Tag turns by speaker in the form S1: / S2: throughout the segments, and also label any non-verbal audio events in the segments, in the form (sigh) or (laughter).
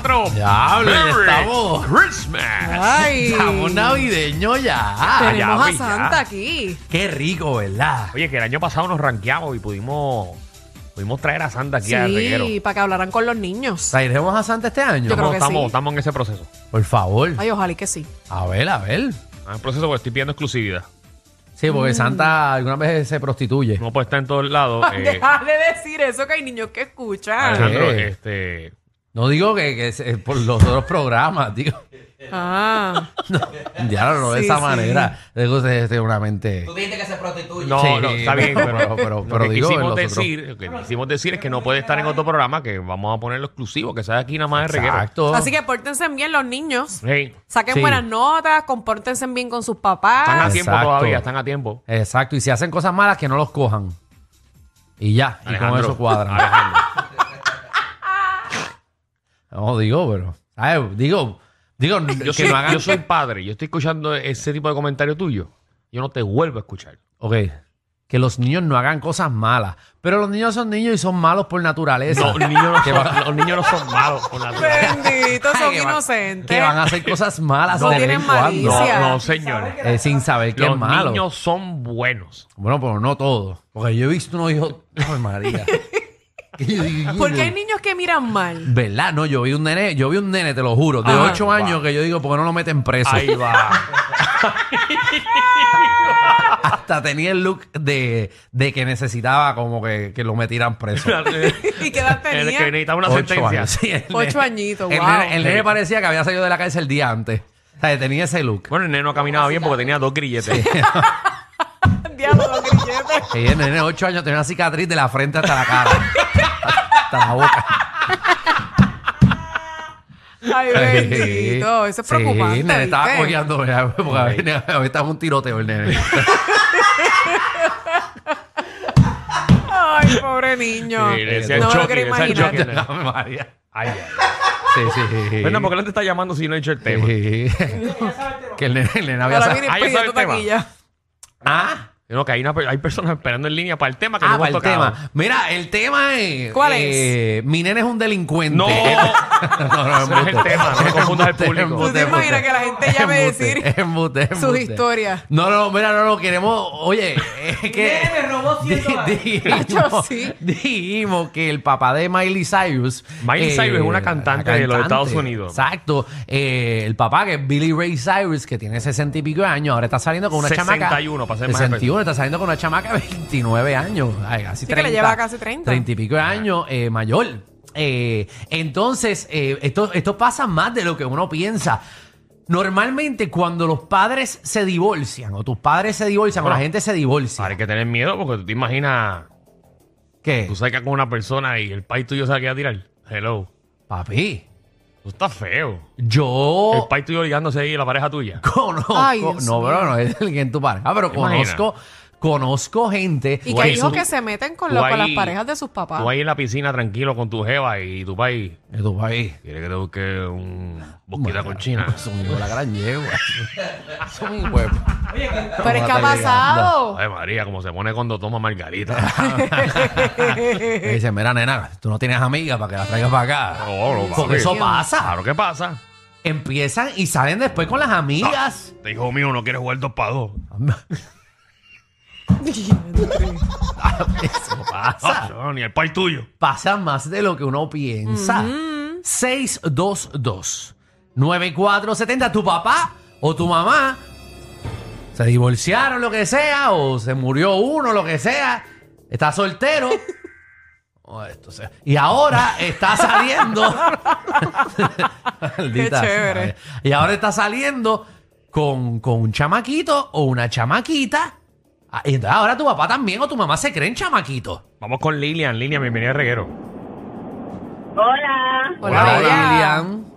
S1: Diablo, ya
S2: Merry
S1: estamos.
S2: Christmas.
S1: (laughs)
S3: Ay,
S1: Estamos navideños ya. Ah,
S3: tenemos
S2: ya,
S3: a
S2: ya.
S3: Santa aquí.
S1: Qué rico, ¿verdad?
S2: Oye, que el año pasado nos ranqueamos y pudimos, pudimos traer a Santa aquí al reguero.
S3: Sí, para que hablaran con los niños.
S1: ¿Traeremos a Santa este año?
S3: Yo
S2: Estamos,
S3: creo que
S2: estamos,
S3: sí.
S2: estamos en ese proceso.
S1: Por favor.
S3: Ay, ojalá y que sí.
S1: A ver, a ver.
S2: Estamos En el proceso porque estoy pidiendo exclusividad.
S1: Sí, porque Santa alguna vez se prostituye.
S2: No puede estar en todos
S3: (laughs)
S2: lados.
S1: Pues,
S3: Ay,
S2: eh,
S3: Déjale decir eso que hay niños que escuchan.
S2: Alejandro,
S1: ¿Qué?
S2: este.
S1: No digo que, que se- por los otros programas, digo. (laughs)
S3: Ah,
S1: Ya no, no de
S3: Sí,
S1: esa
S3: sí.
S1: manera. Digo, se- este, una mente.
S2: No,
S1: Sí,
S2: no, está bien,
S1: pero-
S2: pero,
S1: pero-
S2: lo
S1: pero
S2: que
S1: digo,
S2: quisimos
S1: los otros-
S2: decir, lo que quisimos decir es que no puede estar en otro programa, que vamos a ponerlo exclusivo, que sea aquí nada más de reguero.
S1: Exacto.
S3: así que pórtense bien los niños.
S2: Hey,
S3: Saquen
S1: Sí.
S3: buenas notas, compórtense bien con sus
S2: están a
S3: papás.
S2: tiempo
S1: Exacto.
S2: todavía, están a tiempo.
S1: Exacto. Y si hacen cosas malas, que no los cojan. Y ya. Y con
S2: (laughs)
S1: eso cuadran.
S2: Alejandro.
S1: no, digo, pero. ay, digo, digo,
S2: Yo,
S1: que
S2: soy,
S1: no hagan.
S2: yo soy padre, yo estoy escuchando ese tipo de comentario tuyo. Yo no te vuelvo a escuchar.
S1: Ok. Que los niños no hagan cosas malas. Pero los niños son niños y son malos por naturaleza.
S2: No, los niños (laughs) no son, los niños no son malos por naturaleza.
S3: Benditos, son
S1: que van-
S3: inocentes.
S1: que van a hacer cosas malas
S3: No
S1: de
S3: tienen
S1: vez en cuando.
S3: malicia.
S2: No, no, señores.
S1: Eh, sin saber que
S2: Los
S1: es malo.
S2: niños son
S1: (laughs)
S2: buenos.
S1: Bueno, pero no todos. Porque yo he visto
S2: (laughs)
S1: unos hijos. Ay, María. Que yo digo,
S3: Porque hay niños que miran mal. (laughs)
S1: ¿Verdad? No, yo vi un nene, yo vi un nene, te lo juro, de
S3: Ajá.
S1: ocho años que yo digo, ¿por qué no lo meten preso?
S2: Ah, Ahí va.
S1: (laughs) Hasta tenía el look de, de que necesitaba como que, que lo metieran preso.
S3: ¿Y
S1: (laughs)
S3: qué edad
S2: El
S3: tenía?
S2: Eh, que necesitaba una
S1: Ocho
S2: sentencia.
S1: años. Sí, el nene-
S3: Ocho añitos,
S1: el
S3: wow.
S1: nene- el nene parecía que había salido de la cárcel el día antes. O sea, tenía ese look.
S2: Bueno, el nene no caminaba bien porque tenía dos grilletes.
S3: (laughs) Diablo, los grilletes.
S1: Y el nene de 8 años tenía una cicatriz de la frente hasta la cara. hasta la boca.
S3: Ay, bendito. Eso es
S1: Sí,
S3: preocupante.
S1: el nene estaba
S3: ¿viste?
S1: cojeando, ¿verdad? porque a veces- a veces estaba un tiroteo
S2: (laughs)
S1: el nene.
S3: Ay, pobre niño.
S2: Sí, le decía
S3: no me lo
S2: Chucky,
S3: quiero
S2: le decía
S3: imaginar.
S2: Chucky.
S1: Ave María.
S2: Ay, ay.
S1: Sí, sí.
S2: Bueno, ¿por qué no te está llamando si no he hecho el tema?
S1: Sí. (laughs) que el nene, el nene había
S3: Ahora
S1: sa-
S3: viene
S2: Ah, ya sabe
S3: pidiendo
S2: el tema.
S3: taquilla.
S1: Ah,
S2: No, que hay, una, hay personas esperando en línea para el tema que
S1: ah,
S2: no
S1: para
S2: hemos
S1: el
S2: tocado.
S1: tema. Mira, el tema es.
S3: ¿Cuál
S1: eh, Mi nene es un delincuente.
S2: No.
S1: (laughs) no, no,
S2: Ese no es el
S1: embuste.
S2: tema, no me confundas al público.
S1: Embuste,
S3: ¿Tú te
S1: embuste.
S3: imaginas que la gente
S2: (laughs)
S3: llame a
S1: Embuste,
S3: decir
S1: embuste,
S3: sus
S1: embuste.
S3: historias?
S1: No, no, mira, no, no, queremos. Oye,
S3: (laughs)
S1: es que. Di-
S3: Yo
S1: dijimos,
S3: sí.
S1: dijimos que el papá de Miley Cyrus. eh,
S2: Miley Cyrus es una cantante de los Estados Unidos.
S1: Exacto. Eh, el papá que es Billy Ray Cyrus, que tiene sesenta y pico de años, ahora está saliendo con una chamaca.
S2: 61, para ser más
S1: 61, está saliendo con una chamaca de 29 años. Ay, casi
S3: Sí, que le
S1: 30,
S3: lleva casi 30.
S1: 30 y pico de años eh, mayor. Eh, entonces, eh, esto, esto pasa más de lo que uno piensa. Normalmente cuando los padres se divorcian o tus padres se divorcian o
S2: Bueno,
S1: la gente se divorcia,
S2: Ahora hay que tener miedo porque tú te imaginas,
S1: ¿qué?
S2: tú sacas con una persona y el país tuyo se va a quedar a tirar. Hello.
S1: Papi,
S2: Tú estás feo. El
S1: yo
S2: país tuyo ligándose ahí a la pareja tuya.
S1: (laughs) conozco,
S3: Ay, Dios
S1: no,
S3: mío.
S1: bro, no es alguien en tu pareja, Ah, pero
S2: ¿Te imaginas?
S1: conozco, conozco gente
S3: Y
S2: Tú
S3: que hay
S2: ahí-
S3: hijos
S2: tú-
S3: que se meten con,
S2: tú
S3: lo- con
S2: ahí-
S3: las parejas de sus papás.
S2: Tú ahí en la piscina tranquilo con tu jeva y tu país.
S1: de tu país.
S2: Quiere que te busque un bosquita con China.
S1: (laughs) Son hijos de la gran yegua. (laughs) Son hijos de-
S3: (laughs) Pero es que ha
S1: Anda.
S3: pasado.
S2: Ay, María, como se pone cuando toma
S1: (laughs)
S2: margarita. Ah,
S1: Y dice, mira, nena, tú no tienes amigas para que las traigas para acá.
S2: No, no,
S1: Porque
S2: papi.
S1: eso pasa.
S2: Claro, ¿qué pasa?
S1: Empiezan y salen después con las amigas.
S2: Te dijo Este mío, no quieres jugar dos para dos.
S1: (laughs) Eso
S2: Ah,
S1: pasa.
S2: no, ni el país tuyo.
S1: Pasa más de lo que uno piensa. 622 9470 tu papá o tu mamá se divorciaron, lo que sea, o se murió uno, lo que sea, está
S3: (laughs)
S1: soltero. O esto se- Y ahora está
S3: (laughs)
S1: saliendo. Maldita
S3: Qué chévere.
S1: sea. eh. Y ahora está saliendo con, con un chamaquito o una chamaquita. Ah, y entonces ahora tu papá también o tu mamá se creen chamaquitos.
S2: Vamos con Lilian. Lilian, bienvenida al reguero.
S4: Hola,
S3: Hola,
S2: Hola,
S3: bella.
S1: Lilian.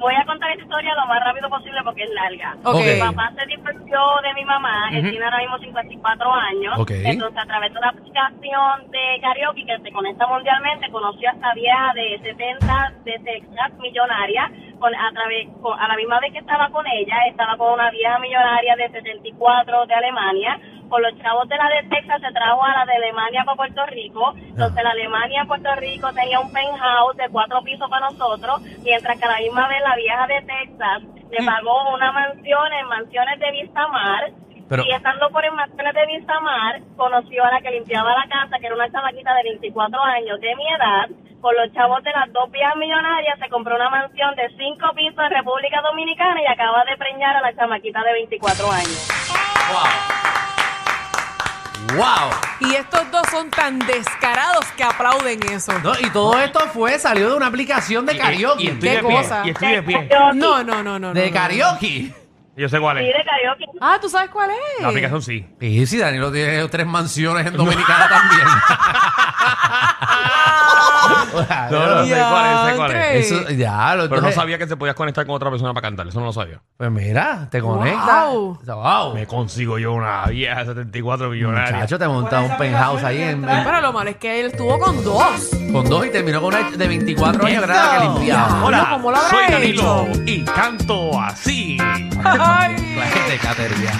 S4: voy a contar esta historia lo más rápido posible porque es larga.
S3: Ok.
S4: Mi papá se divorció de mi mamá, él tiene ahora mismo 54 años.
S1: Ok.
S4: Entonces, a través de una aplicación de karaoke que se conecta mundialmente, conoció a esta vieja de 70 de Texas, millonaria. Con, a, través, con- a la misma vez que estaba con ella, estaba con una vieja millonaria de 74 de Alemania. Con los chavos de la de Texas se trajo a la de Alemania para Puerto Rico. Entonces, la Alemania en Puerto Rico tenía un penthouse de cuatro pisos para nosotros, mientras que a la misma vez la vieja de Texas le pagó una mansión en Mansiones de Vistamar.
S1: Pero-
S4: y estando por en Mansiones de Vistamar, conoció a la que limpiaba la casa, que era una chamaquita de 24 años de mi edad. Con los chavos de las dos vías millonarias se compró una mansión de cinco pisos en República Dominicana y acaba de preñar a la chamaquita de 24 años.
S1: ¡Wow! ¡Wow!
S3: Y estos dos son tan descarados que aplauden eso.
S1: No, y todo esto fue, salió de una aplicación de karaoke.
S2: Y, y estoy
S3: Qué
S2: de pie.
S3: cosa.
S2: Y estoy de pie.
S3: No, no, no, no.
S1: de
S3: no, no.
S1: karaoke.
S2: Yo sé cuál
S4: Sí,
S2: es.
S4: de karaoke.
S3: Ah, ¿tú sabes cuál es?
S2: La aplicación sí.
S1: Y si Danilo tiene tres mansiones en Dominicana (laughs) también.
S2: No, no, sé cuál es, sé cuál es. eh,
S1: (laughs)
S3: Diantre.
S1: Eso, ya,
S2: Pero
S1: lo
S2: no
S1: entonces-
S2: sabía que se podías conectar con otra persona para cantar. Eso no lo sabía.
S1: Pues mira, te conectas.
S3: Wow.
S1: Wow.
S2: Me consigo yo una vieja de 74 millonaria.
S1: Muchacho, te montas un penthouse ahí en, en-
S3: Pero lo malo es que él estuvo
S2: (laughs)
S3: con dos.
S1: con dos y terminó con una de 24 años que era la que limpiaba.
S2: Hola,
S3: ¿Cómo lo habrá
S2: soy
S3: hecho?
S2: Danilo y canto así.
S1: La
S3: Ay.
S1: gente catería.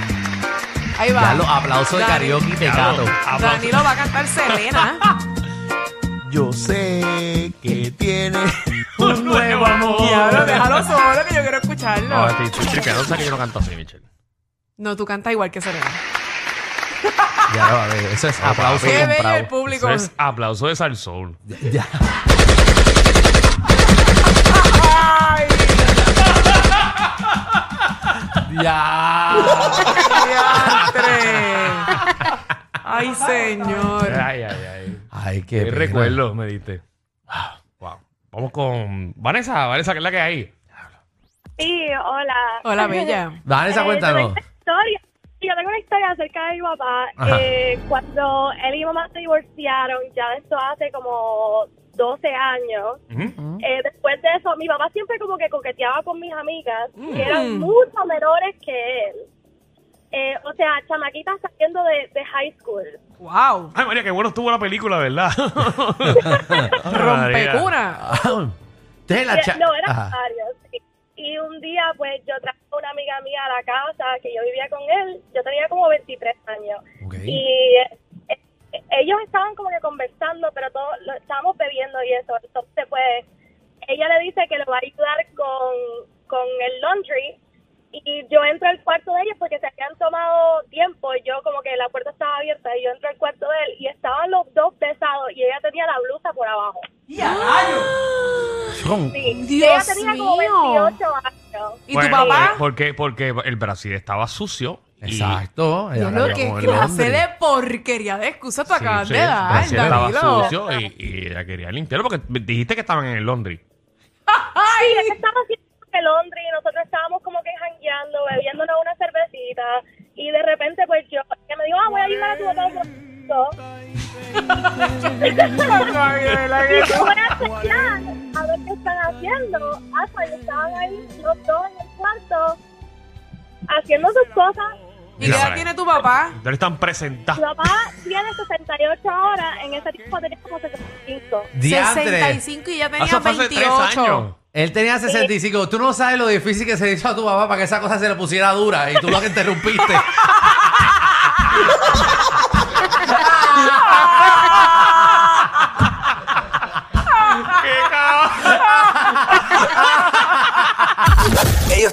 S3: Ahí va.
S1: Ya los aplausos de
S3: Dani-
S1: karaoke y
S2: Claro,
S1: pecado.
S2: aplausos.
S3: Danilo va a cantar Selena.
S5: Yo sé que tiene
S2: (laughs) Un nuevo amor.
S3: Diablo, déjalo solo que yo quiero escucharlo.
S2: No, eh. estoy, estoy tripeado. No sé que yo no canto así, Michelle.
S3: No, tú cantas igual que Selena.
S1: Ya, lo- a ver, eso es
S2: Ah,
S1: aplauso
S3: Qué bello el
S1: comprado.
S3: público.
S2: Eso es aplauso de Salsoul.
S1: Ya.
S3: Ay,
S1: Ya.
S3: diantre. Ay, señor.
S2: Ay, ay, ay.
S1: Ay,
S2: Qué,
S1: qué pena.
S2: recuerdo me diste. Wow. Vamos con Vanessa. Vanessa, que es la que hay.
S4: Sí, hola.
S3: Hola, bella.
S1: Vanessa,
S4: Eh,
S1: cuéntanos.
S4: yo tengo una historia. Yo tengo una historia acerca de mi papá.
S1: Ajá.
S4: Eh, cuando él y mi mamá se divorciaron, ya de esto hace como 12 años. eh, después de eso, mi papá siempre como que coqueteaba con mis amigas,
S1: Mm.
S4: que eran mucho menores que él. Eh, o sea, chamaquitas saliendo de, de high school.
S3: Wow.
S2: Ay, María, qué bueno estuvo la película, ¿verdad? María.
S3: Rompecuna.
S1: (laughs) Entonces, la Ah, cha-
S4: Eh, no, eran
S1: Ajá.
S4: varios. sí. Y un día, pues, yo traje a una amiga mía a la casa que yo vivía con él. Yo tenía como 23 años.
S1: Ok.
S4: Y eh, eh, ellos estaban como que conversando, pero todos lo estábamos bebiendo y eso. Entonces, pues, ella le dice que lo va a ayudar con, con el laundry. Y yo entro al cuarto de ellos porque se habían tomado tiempo. y Yo como que la puerta estaba abierta y yo entro al cuarto de él y estaban los dos pesados y ella tenía la blusa por abajo.
S1: Con-
S4: Sí.
S3: Dios
S4: ella tenía como
S3: mío.
S4: 28 años.
S3: ¿Y tu
S2: Bueno, eh,
S3: papá?
S2: Porque, porque el Brasil estaba sucio. y-
S1: Exacto.
S3: Dios
S1: Ahora
S3: mío, qué
S1: como el
S3: clase
S1: hombre.
S3: de porquería de excusa tú
S2: Sí,
S3: acabas
S2: sí,
S3: de dar,
S2: Brasil estaba
S3: Danilo.
S2: sucio y, y ella quería limpiarlo porque dijiste que estaban en el Londres.
S4: Sí, él estaba haciendo el Londres y nosotros estábamos como que jangueando, bebiéndonos una cervecita. Y de repente, pues yo, que me dijo, ah, voy a ayudar a tu papá. con esto". Y yo voy a chequear a ver qué están haciendo. Hasta que estaban ahí los dos en el cuarto haciendo sus cosas.
S3: ¿Y qué edad tiene tu papá?
S2: No están presentados.
S4: Mi papá tiene 68 horas, en ese tiempo tenía como 65.
S1: Diantre.
S3: 65 y ya tenía
S2: Eso fue hace tres
S3: 28.
S2: años.
S1: Él tenía 65. Tú no sabes lo difícil que se le hizo a tu papá para que esa cosa se le pusiera dura y tú lo que interrumpiste.
S2: ¡Qué cabrón!
S6: Ellos